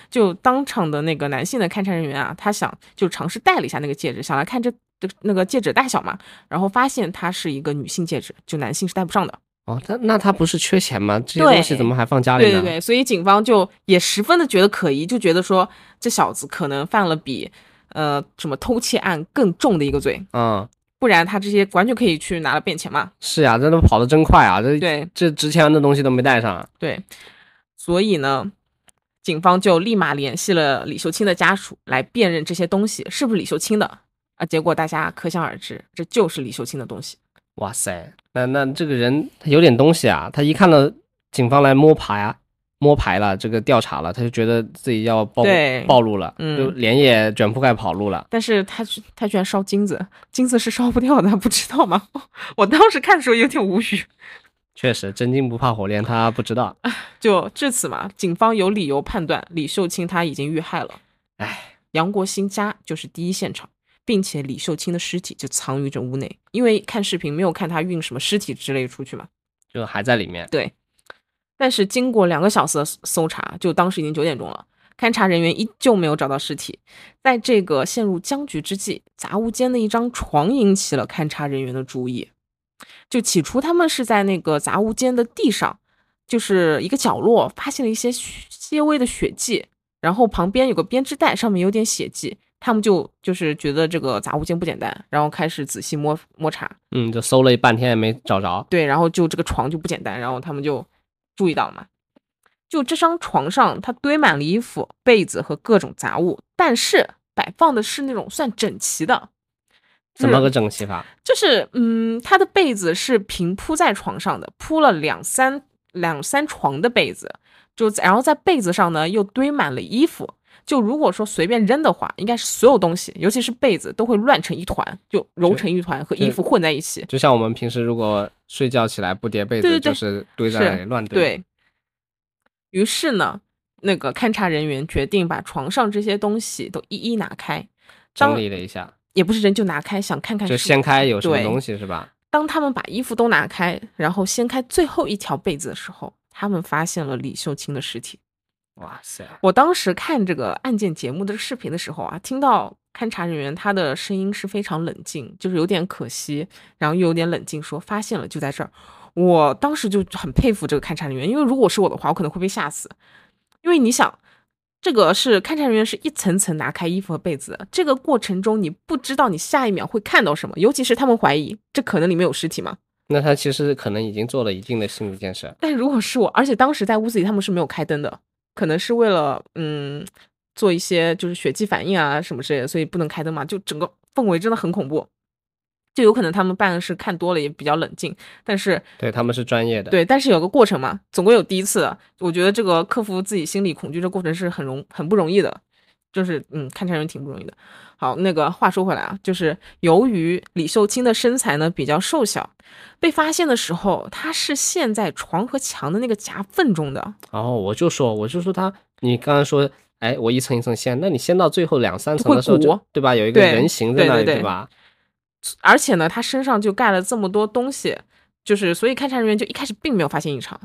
[SPEAKER 1] 就当场的那个男性的勘查人员啊，他想就尝试戴了一下那个戒指，想来看这这那个戒指的大小嘛，然后发现它是一个女性戒指，就男性是戴不上的。
[SPEAKER 2] 哦，他那他不是缺钱吗？这些
[SPEAKER 1] 对
[SPEAKER 2] 东西怎么还放家里
[SPEAKER 1] 对
[SPEAKER 2] 呢？
[SPEAKER 1] 对对，所以警方就也十分的觉得可疑，就觉得说这小子可能犯了比呃什么偷窃案更重的一个罪，
[SPEAKER 2] 嗯，
[SPEAKER 1] 不然他这些完全可以去拿了变钱嘛。
[SPEAKER 2] 是呀，这都跑得真快啊！这
[SPEAKER 1] 对，
[SPEAKER 2] 这值钱的东西都没带上。啊
[SPEAKER 1] 对，所以呢，警方就立马联系了李秀清的家属来辨认这些东西是不是李秀清的啊。结果大家可想而知，这就是李秀清的东西。
[SPEAKER 2] 哇塞，那那这个人他有点东西啊！他一看到警方来摸牌啊，摸牌了，这个调查了，他就觉得自己要暴
[SPEAKER 1] 对
[SPEAKER 2] 暴露了，
[SPEAKER 1] 嗯
[SPEAKER 2] 就脸也卷铺盖跑路了。
[SPEAKER 1] 但是他居他居然烧金子，金子是烧不掉的，不知道吗？ <laughs> 我当时看的时候有点无语。
[SPEAKER 2] 确实，真金不怕火炼，他不知道。
[SPEAKER 1] 就至此嘛，警方有理由判断李秀清他已经遇害了。
[SPEAKER 2] 哎，
[SPEAKER 1] 杨国兴家就是第一现场，并且李秀清的尸体就藏于这屋内，因为看视频没有看他运什么尸体之类出去嘛。
[SPEAKER 2] 就还在里面。
[SPEAKER 1] 但是经过两个小时的搜搜查，就当时已经九点钟了，勘查人员依旧没有找到尸体。在这个陷入僵局之际，杂物间的一张床引起了勘查人员的注意。就起初他们是在那个杂物间的地上，就是一个角落发现了一些血些微的血迹，然后旁边有个编织袋，上面有点血迹。他们就就是觉得这个杂物间不简单，然后开始仔细摸摸查，
[SPEAKER 2] 嗯，就搜了一半天也没找着。
[SPEAKER 1] 对，然后就这个床就不简单，然后他们就注意到了嘛，就这张床上它堆满了衣服、被子和各种杂物，但是摆放的是那种算整齐的，
[SPEAKER 2] 怎么
[SPEAKER 1] 嗯
[SPEAKER 2] 个整齐法？
[SPEAKER 1] 就是嗯，它的被子是平铺在床上的，铺了两三两三床的被子，就然后在被子上呢又堆满了衣服。就如果说随便扔的话，应该是所有东西，尤其是被子，都会乱成一团，就揉
[SPEAKER 2] 就
[SPEAKER 1] 成一团和衣
[SPEAKER 2] 就
[SPEAKER 1] 服混在一起。
[SPEAKER 2] 就像我们平时如果睡觉起来不叠被子，
[SPEAKER 1] 对对对
[SPEAKER 2] 就是堆在那里乱堆。
[SPEAKER 1] 对于是呢，那个勘察人员决定把床上这些东西都一一拿开，
[SPEAKER 2] 整
[SPEAKER 1] 当
[SPEAKER 2] 理了一下，
[SPEAKER 1] 也不是人就拿开，想看看
[SPEAKER 2] 就是掀开有什么
[SPEAKER 1] 对
[SPEAKER 2] 东西是吧？
[SPEAKER 1] 当他们把衣服都拿开，然后掀开最后一条被子的时候，他们发现了李秀清的尸体。
[SPEAKER 2] 哇塞，
[SPEAKER 1] 我当时看这个案件节目的视频的时候啊，听到勘查人员他的声音是非常冷静，就是有点可惜，然后又有点冷静说发现了就在这儿。我当时就很佩服这个勘查人员，因为如果是我的话，我可能会被吓死，因为你想。这个是勘查人员是一层层拿开衣服和被子的，这个过程中你不知道你下一秒会看到什么，尤其是他们怀疑这可能里面有尸体吗？
[SPEAKER 2] 那他其实可能已经做了一定的心理建设，
[SPEAKER 1] 但如果是我，而且当时在屋子里他们是没有开灯的，可能是为了嗯做一些就是血迹反应啊什么之类的，所以不能开灯嘛，就整个氛围真的很恐怖。就有可能他们办案是看多了，也比较冷静，但是
[SPEAKER 2] 对他们是专业的，
[SPEAKER 1] 对，但是有个过程嘛，总归有第一次的。我觉得这个克服自己心理恐惧这过程是很容很不容易的，就是嗯，看差人挺不容易的。好，那个话说回来啊，就是由于李秀清的身材呢比较瘦小，被发现的时候，她是陷在床和墙的那个夹缝中的。
[SPEAKER 2] 然后我就说，我就说他，你刚刚说，哎，我一层一层掀，那你掀到最后两三层的时候就
[SPEAKER 1] 会鼓，
[SPEAKER 2] 对吧？有一个
[SPEAKER 1] 对
[SPEAKER 2] 人形在那里，
[SPEAKER 1] 对对对
[SPEAKER 2] 吧？
[SPEAKER 1] 而且呢，她身上就盖了这么多东西，就是所以勘察人员就一开始并没有发现异常。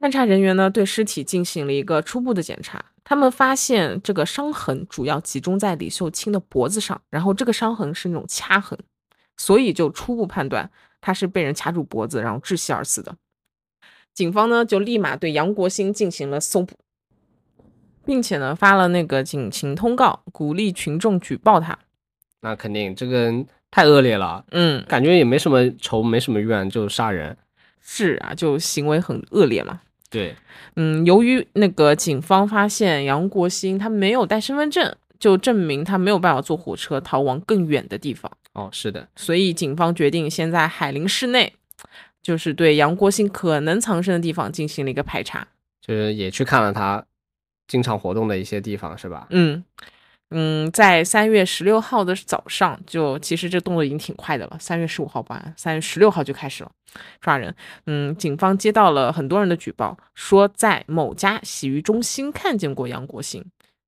[SPEAKER 1] 勘察人员呢对尸体进行了一个初步的检查，他们发现这个伤痕主要集中在李秀清的脖子上，然后这个伤痕是那种掐痕，所以就初步判断她是被人掐住脖子然后窒息而死的。警方呢就立马对杨国兴进行了搜捕，并且呢发了那个警情通告，鼓励群众举报他。
[SPEAKER 2] 那肯定，这个人太恶劣了，
[SPEAKER 1] 嗯，
[SPEAKER 2] 感觉也没什么仇，没什么怨，就杀人。
[SPEAKER 1] 是啊，就行为很恶劣嘛。
[SPEAKER 2] 对，
[SPEAKER 1] 嗯，由于那个警方发现杨国兴他没有带身份证，就证明他没有办法坐火车逃往更远的地方，
[SPEAKER 2] 哦，是的，
[SPEAKER 1] 所以警方决定先在海林市内，就是对杨国兴可能藏身的地方进行了一个排查。
[SPEAKER 2] 就是也去看了他经常活动的一些地方，是吧？ <laughs>
[SPEAKER 1] 嗯嗯，在三月十六号的早上，就其实这动作已经挺快的了。三月十五号办案，三月十六号就开始了抓人。嗯，警方接到了很多人的举报，说在某家洗浴中心看见过杨国兴，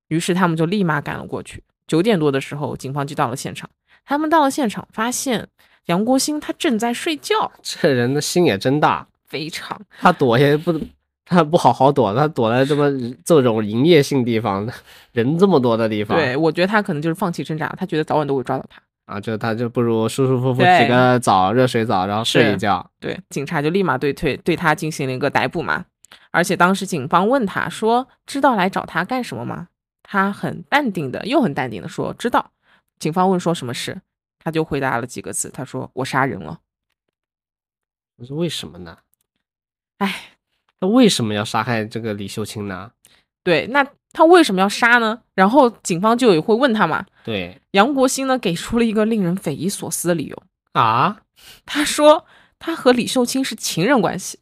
[SPEAKER 1] 于是他们就立马赶了过去。九点多的时候，警方就到了现场。他们到了现场，发现杨国兴他正在睡觉，
[SPEAKER 2] 这人的心也真大，
[SPEAKER 1] 非常
[SPEAKER 2] 他躲也不，他不好好躲，他躲在这么这种营业性地方，人这么多的地方，
[SPEAKER 1] 对我觉得他可能就是放弃挣扎，他觉得早晚都会抓到他。
[SPEAKER 2] 啊，就他就不如舒舒服服
[SPEAKER 1] 对
[SPEAKER 2] 洗个澡，热水澡，然后睡一
[SPEAKER 1] 是
[SPEAKER 2] 觉。
[SPEAKER 1] 对，警察就立马对对对他进行了一个逮捕嘛。而且当时警方问他说：“知道来找他干什么吗？”他很淡定的，又很淡定的说：“知道。”警方问说什么事，他就回答了几个字，他说：“我杀人了。
[SPEAKER 2] 我说为什么呢？”
[SPEAKER 1] 哎，
[SPEAKER 2] 他为什么要杀害这个李秀清呢？
[SPEAKER 1] 对，那他为什么要杀呢？然后警方就也会问他嘛。
[SPEAKER 2] 对
[SPEAKER 1] 杨国兴呢，给出了一个令人匪夷所思的理由，
[SPEAKER 2] 啊，
[SPEAKER 1] 他说他和李秀清是情人关系，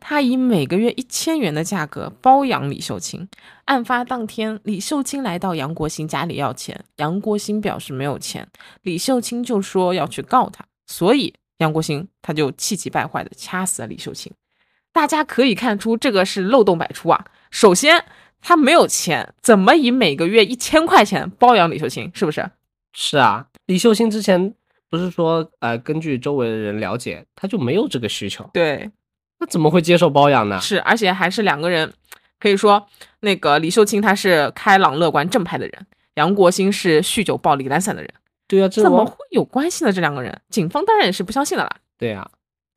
[SPEAKER 1] 他以每个月一千元的价格包养李秀清。案发当天，李秀清来到杨国兴家里要钱，杨国兴表示没有钱，李秀清就说要去告他，所以杨国兴他就气急败坏的掐死了李秀清。大家可以看出，这个是漏洞百出啊。首先，他没有钱，怎么以每个月一千块钱包养李秀清？是不是？
[SPEAKER 2] 是啊，李秀清之前不是说呃，根据周围的人了解，他就没有这个需求，
[SPEAKER 1] 对，
[SPEAKER 2] 那怎么会接受包养呢？
[SPEAKER 1] 是，而且还是两个人，可以说那个李秀清他是开朗乐观正派的人，杨国兴是酗酒暴力懒散的人，
[SPEAKER 2] 对啊，这
[SPEAKER 1] 怎么
[SPEAKER 2] 我
[SPEAKER 1] 会有关系呢？这两个人，警方当然也是不相信的啦。
[SPEAKER 2] 对啊，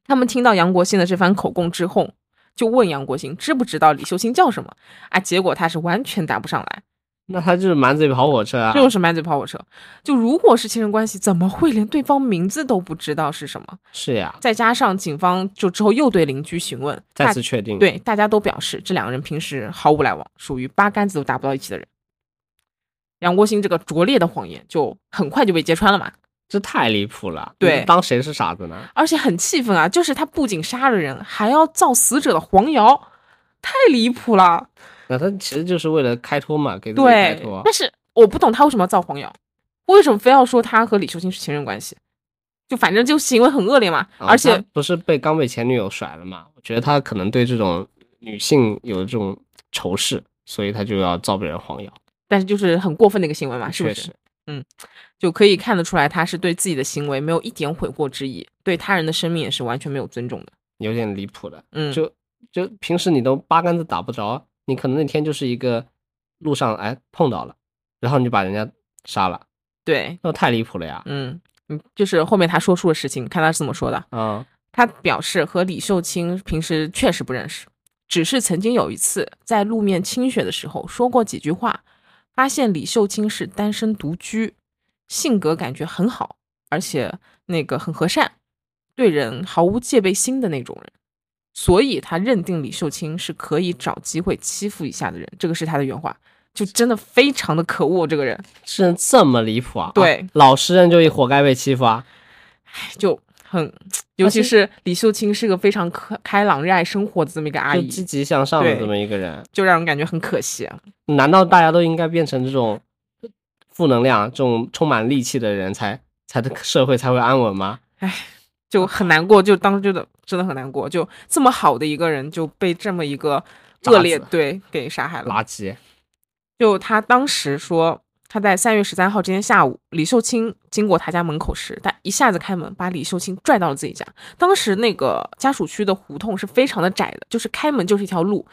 [SPEAKER 1] 他们听到杨国兴的这番口供之后，就问杨国兴知不知道李秀清叫什么啊？结果他是完全答不上来，
[SPEAKER 2] 那他就是满嘴跑火车啊，
[SPEAKER 1] 就是满嘴跑火车。就如果是亲人关系，怎么会连对方名字都不知道是什么？
[SPEAKER 2] 是呀，
[SPEAKER 1] 再加上警方就之后又对邻居询问，
[SPEAKER 2] 再
[SPEAKER 1] 大
[SPEAKER 2] 次确定，，
[SPEAKER 1] 对，大家都表示这两个人平时毫无来往，属于八竿子都打不到一起的人。杨国兴这个拙劣的谎言就很快就被揭穿了嘛，
[SPEAKER 2] 这太离谱了，
[SPEAKER 1] 对
[SPEAKER 2] 你当谁是傻子呢？
[SPEAKER 1] 而且很气愤啊，就是他不仅杀了人，还要造死者的黄谣，太离谱了。
[SPEAKER 2] 那他其实就是为了开脱嘛，给自己开
[SPEAKER 1] 对
[SPEAKER 2] 脱，
[SPEAKER 1] 但是我不懂他为什么要造黄谣，为什么非要说他和李秀清是情人关系？就反正就行为很恶劣嘛，
[SPEAKER 2] 啊
[SPEAKER 1] 而且
[SPEAKER 2] 他不是被刚被前女友甩了嘛？我觉得他可能对这种女性有这种仇视，所以他就要造别人黄谣，
[SPEAKER 1] 但是就是很过分的一个行为嘛，啊是不
[SPEAKER 2] 确
[SPEAKER 1] 是
[SPEAKER 2] 实？
[SPEAKER 1] 就可以看得出来，他是对自己的行为没有一点悔过之意，对他人的生命也是完全没有尊重的。
[SPEAKER 2] 有点离谱的。
[SPEAKER 1] 嗯，
[SPEAKER 2] 就就平时你都八竿子打不着，啊你可能那天就是一个路上哎碰到了，然后你就把人家杀了，
[SPEAKER 1] 对，
[SPEAKER 2] 那太离谱了呀！
[SPEAKER 1] 嗯嗯，就是后面他说出嗯的事情，看他是怎么说的。
[SPEAKER 2] 啊、
[SPEAKER 1] 他表示和李秀清平时确实不认识，只是曾经有一次在路面清雪的时候说过几句话，发现李秀清是单身独居，性格感觉很好，而且那个很和善，对人毫无戒备心的那种人，所以他认定李秀清是可以找机会欺负一下的人，这个是他的原话，就真的非常的可恶，这个人
[SPEAKER 2] 是这么离谱啊！
[SPEAKER 1] 对
[SPEAKER 2] 啊老实人就活该被欺负啊！
[SPEAKER 1] 就很，尤其是李秀清是个非常开开朗、热爱生活的这么一个阿
[SPEAKER 2] 就
[SPEAKER 1] 姨，
[SPEAKER 2] 积极向上的
[SPEAKER 1] 哎对
[SPEAKER 2] 这么一个人，
[SPEAKER 1] 就让人感觉很可惜啊。
[SPEAKER 2] 难道大家都应该变成这种负能量、这种充满戾气的人才才的 <laughs> 社会才会安稳吗？哦
[SPEAKER 1] 就很难过，就当时觉得真的很难过，就这么好的一个人就被这么一个
[SPEAKER 2] 渣
[SPEAKER 1] 恶劣
[SPEAKER 2] 子
[SPEAKER 1] 对给杀害了。
[SPEAKER 2] 垃圾！
[SPEAKER 1] 就他当时说，他在三月十三号这天下午，李秀清经过他家门口时，他一下子开门把李秀清拽到了自己家。当时那个家属区的胡同是非常的窄的，就是开门就是一条路，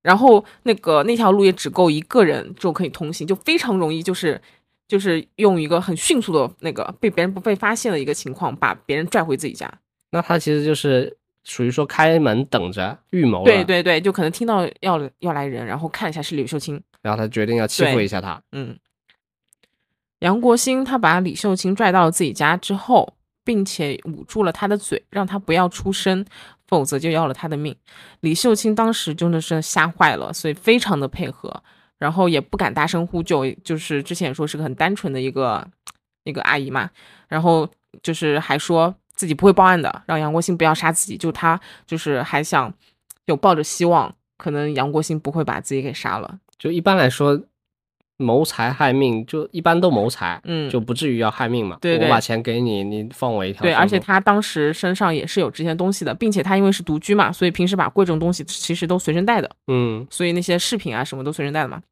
[SPEAKER 1] 然后那个那条路也只够一个人就可以通行，就非常容易就是。就是用一个很迅速的那个被别人不被发现的一个情况，把别人拽回自己家。
[SPEAKER 2] 那他其实就是属于说开门等着预谋了，
[SPEAKER 1] 对，对对，就可能听到要要来人，然后看一下是李秀清，
[SPEAKER 2] 然后他决定要欺负
[SPEAKER 1] 对
[SPEAKER 2] 一下他。
[SPEAKER 1] 嗯。杨国兴他把李秀清拽到了自己家之后，并且捂住了他的嘴，让他不要出声，否则就要了他的命。李秀清当时真的是吓坏了，所以非常的配合，然后也不敢大声呼救，就是之前也说是个很单纯的一个一个阿姨嘛，然后就是还说自己不会报案的，让杨国兴不要杀自己，就他就是还想有抱着希望，可能杨国兴不会把自己给杀了，
[SPEAKER 2] 就一般来说，谋财害命，就一般都谋财，
[SPEAKER 1] 嗯，
[SPEAKER 2] 就不至于要害命嘛。
[SPEAKER 1] 对对
[SPEAKER 2] 我把钱给你，你放我一条生
[SPEAKER 1] 对，
[SPEAKER 2] 路。
[SPEAKER 1] 而且他当时身上也是有这些东西的，并且他因为是独居嘛，所以平时把贵重东西其实都随身带的，
[SPEAKER 2] 嗯，
[SPEAKER 1] 所以那些饰品啊什么都随身带的嘛。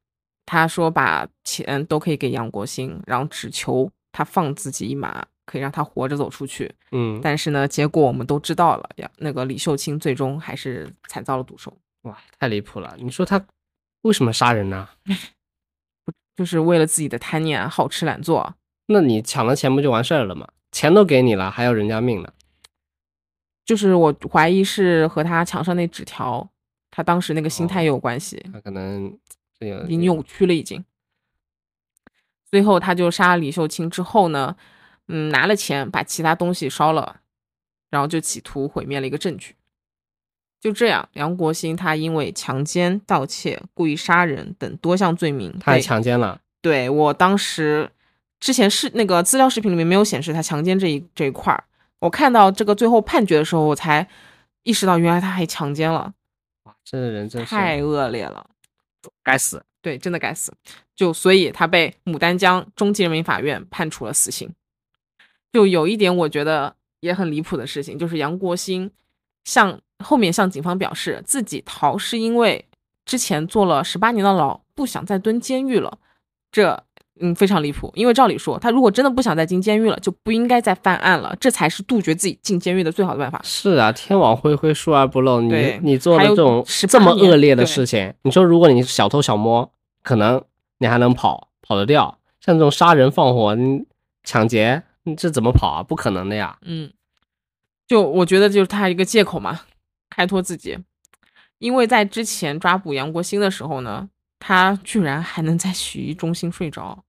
[SPEAKER 1] 他说把钱都可以给杨国兴，然后只求他放自己一马，可以让他活着走出去。
[SPEAKER 2] 嗯，
[SPEAKER 1] 但是呢，结果我们都知道了，呀，那个李秀清最终还是惨遭了毒手，
[SPEAKER 2] 哇，太离谱了！你说他为什么杀人呢？
[SPEAKER 1] 就是为了自己的贪念啊，好吃懒做啊，
[SPEAKER 2] 那你抢了钱不就完事儿了吗？钱都给你了，还要人家命呢？
[SPEAKER 1] 就是我怀疑是和他墙上那纸条，他当时那个心态
[SPEAKER 2] 哦
[SPEAKER 1] 也有关系。
[SPEAKER 2] 他可能呃这个
[SPEAKER 1] 已经扭曲了，已经。最后，他就杀了李秀清之后呢，嗯，拿了钱把其他东西烧了，然后就企图毁灭了一个证据。就这样，杨国兴他因为强奸、盗窃、故意杀人等多项罪名，
[SPEAKER 2] 他还
[SPEAKER 1] 被
[SPEAKER 2] 强奸了，
[SPEAKER 1] 对我当时之前是那个资料视频里面没有显示他强奸这一这一块儿，我看到这个最后判决的时候，我才意识到原来他还强奸了，
[SPEAKER 2] 哇，这人真是
[SPEAKER 1] 太恶劣了。
[SPEAKER 2] 该死！
[SPEAKER 1] 对，真的该死。就所以他被牡丹江中级人民法院判处了死刑。就有一点我觉得也很离谱的事情，就是杨国兴向后面向警方表示自己逃是因为之前坐了十八年的牢，不想再蹲监狱了。这嗯非常离谱，因为照理说他如果真的不想再进监狱了，就不应该再犯案了，这才是杜绝自己进监狱的最好的办法。
[SPEAKER 2] 是啊，天网恢恢，疏而不漏。你
[SPEAKER 1] 对
[SPEAKER 2] 你做了
[SPEAKER 1] 还有
[SPEAKER 2] 这种
[SPEAKER 1] 18
[SPEAKER 2] 这么恶劣的
[SPEAKER 1] 年对
[SPEAKER 2] 事情，你说如果你是小偷小摸，可能你还能跑跑得掉，像这种杀人放火、你抢劫，你这怎么跑啊？不可能的呀！
[SPEAKER 1] 嗯，就我觉得就是他一个借口嘛，开脱自己。因为在之前抓捕杨国兴的时候呢，他居然还能在洗浴中心睡着，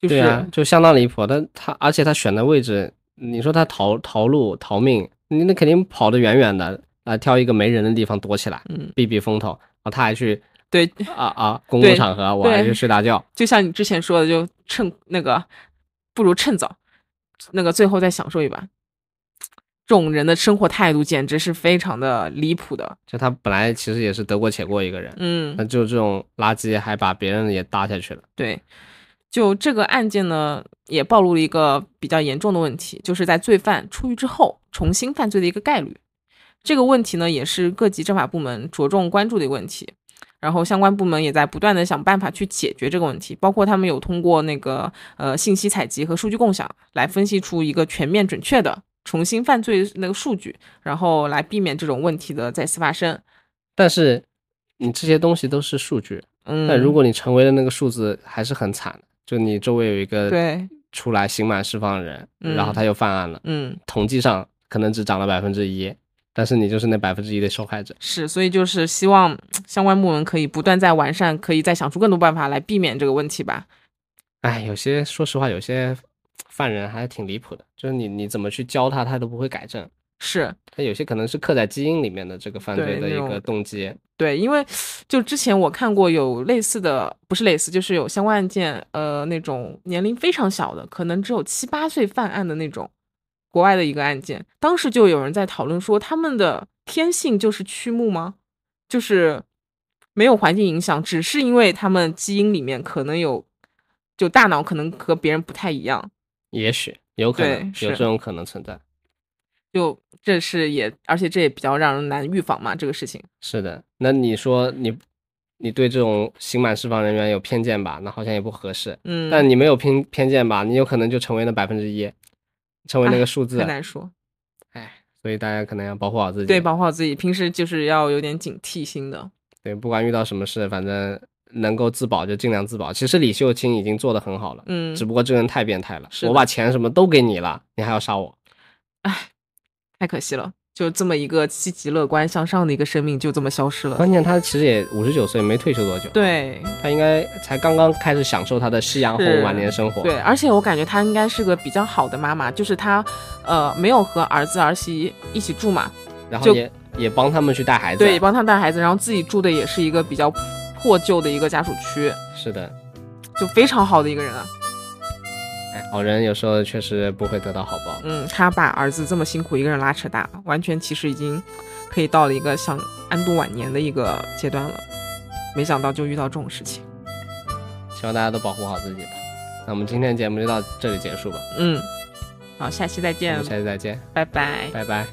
[SPEAKER 1] 就是
[SPEAKER 2] 对啊，就相当离谱。但他而且他选的位置，你说他逃逃路逃命，你那肯定跑得远远的啊、挑一个没人的地方躲起来
[SPEAKER 1] 嗯，
[SPEAKER 2] 避避风头。啊，他还去
[SPEAKER 1] 对，
[SPEAKER 2] 啊啊公共
[SPEAKER 1] 对
[SPEAKER 2] 场合，我还
[SPEAKER 1] 对
[SPEAKER 2] 去睡大觉。
[SPEAKER 1] 就像你之前说的，就趁那个不如趁早，那个最后再享受一把。这种人的生活态度简直是非常的离谱的，
[SPEAKER 2] 就他本来其实也是得过且过一个人，
[SPEAKER 1] 嗯
[SPEAKER 2] 那，就这种垃圾还把别人也搭下去了。
[SPEAKER 1] 对，就这个案件呢，也暴露了一个比较严重的问题，就是在罪犯出狱之后重新犯罪的一个概率。这个问题呢，也是各级政法部门着重关注的一个问题。然后相关部门也在不断的想办法去解决这个问题，包括他们有通过那个呃信息采集和数据共享来分析出一个全面准确的重新犯罪那个数据，然后来避免这种问题的再次发生。
[SPEAKER 2] 但是你这些东西都是数据，
[SPEAKER 1] 嗯，
[SPEAKER 2] 但如果你成为了那个数字，还是很惨的。就你周围有一个
[SPEAKER 1] 对，
[SPEAKER 2] 出来刑满释放的人，
[SPEAKER 1] 嗯
[SPEAKER 2] 然后他又犯案了，
[SPEAKER 1] 嗯，
[SPEAKER 2] 统计上可能只涨了百分之一，但是你就是那百分之一的受害者。
[SPEAKER 1] 是，所以就是希望相关部门可以不断在完善，可以再想出更多办法来避免这个问题吧。
[SPEAKER 2] 哎，有些说实话，有些犯人还挺离谱的，就是你你怎么去教他，他都不会改正。
[SPEAKER 1] 是
[SPEAKER 2] 他有些可能是刻在基因里面的这个犯罪
[SPEAKER 1] 对
[SPEAKER 2] 的
[SPEAKER 1] 那
[SPEAKER 2] 一
[SPEAKER 1] 种
[SPEAKER 2] 个动机。
[SPEAKER 1] 对，因为就之前我看过有类似的，不是类似，就是有相关案件，呃，那种年龄非常小的，可能只有七八岁犯案的那种，国外的一个案件，当时就有人在讨论说，他们的天性就是畜牧吗？就是没有环境影响，只是因为他们基因里面可能有，就大脑可能和别人不太一样，
[SPEAKER 2] 也许有可
[SPEAKER 1] 对
[SPEAKER 2] 能
[SPEAKER 1] 是
[SPEAKER 2] 有这种可能存在。
[SPEAKER 1] 就这是也，而且这也比较让人难预防嘛，这个事情。
[SPEAKER 2] 是的，那你说你你对这种刑满释放人员有偏见吧？那好像也不合适。
[SPEAKER 1] 嗯，
[SPEAKER 2] 但你没有偏偏见吧？你有可能就成为那百分之一，成为那
[SPEAKER 1] 哎
[SPEAKER 2] 个数字
[SPEAKER 1] 很。难说，
[SPEAKER 2] 哎，所以大家可能要保护好自己。
[SPEAKER 1] 对，保护好自己，平时就是要有点警惕心的。
[SPEAKER 2] 对，不管遇到什么事，反正能够自保就尽量自保。其实李秀清已经做得很好了，
[SPEAKER 1] 嗯
[SPEAKER 2] 只，不过这个人太变态了，
[SPEAKER 1] 是的
[SPEAKER 2] 我把钱什么都给你了，你还要杀我。
[SPEAKER 1] 太可惜了，就这么一个积极乐观向上的一个生命，就这么消失了。
[SPEAKER 2] 关键他其实也五十九岁，没退休多久，
[SPEAKER 1] 对
[SPEAKER 2] 他应该才刚刚开始享受他的夕阳
[SPEAKER 1] 是
[SPEAKER 2] 红晚年生活。
[SPEAKER 1] 对，而且我感觉她应该是个比较好的妈妈，就是她，呃，没有和儿子儿媳一起住嘛，
[SPEAKER 2] 然后
[SPEAKER 1] 就
[SPEAKER 2] 也也帮他们去带孩子。
[SPEAKER 1] 对，帮她带孩子，然后自己住的也是一个比较破旧的一个家属区，
[SPEAKER 2] 是的，
[SPEAKER 1] 就非常好的一个人啊。
[SPEAKER 2] 哎，好人有时候确实不会得到好报。
[SPEAKER 1] 嗯，她把儿子这么辛苦一个人拉扯大，完全其实已经可以到了一个想安度晚年的一个阶段了，没想到就遇到这种事情。
[SPEAKER 2] 希望大家都保护好自己吧。那我们今天节目就到这里结束吧，
[SPEAKER 1] 嗯，好，下期再哎
[SPEAKER 2] 我
[SPEAKER 1] 见
[SPEAKER 2] 们，下期再见，
[SPEAKER 1] 拜拜。
[SPEAKER 2] 拜拜。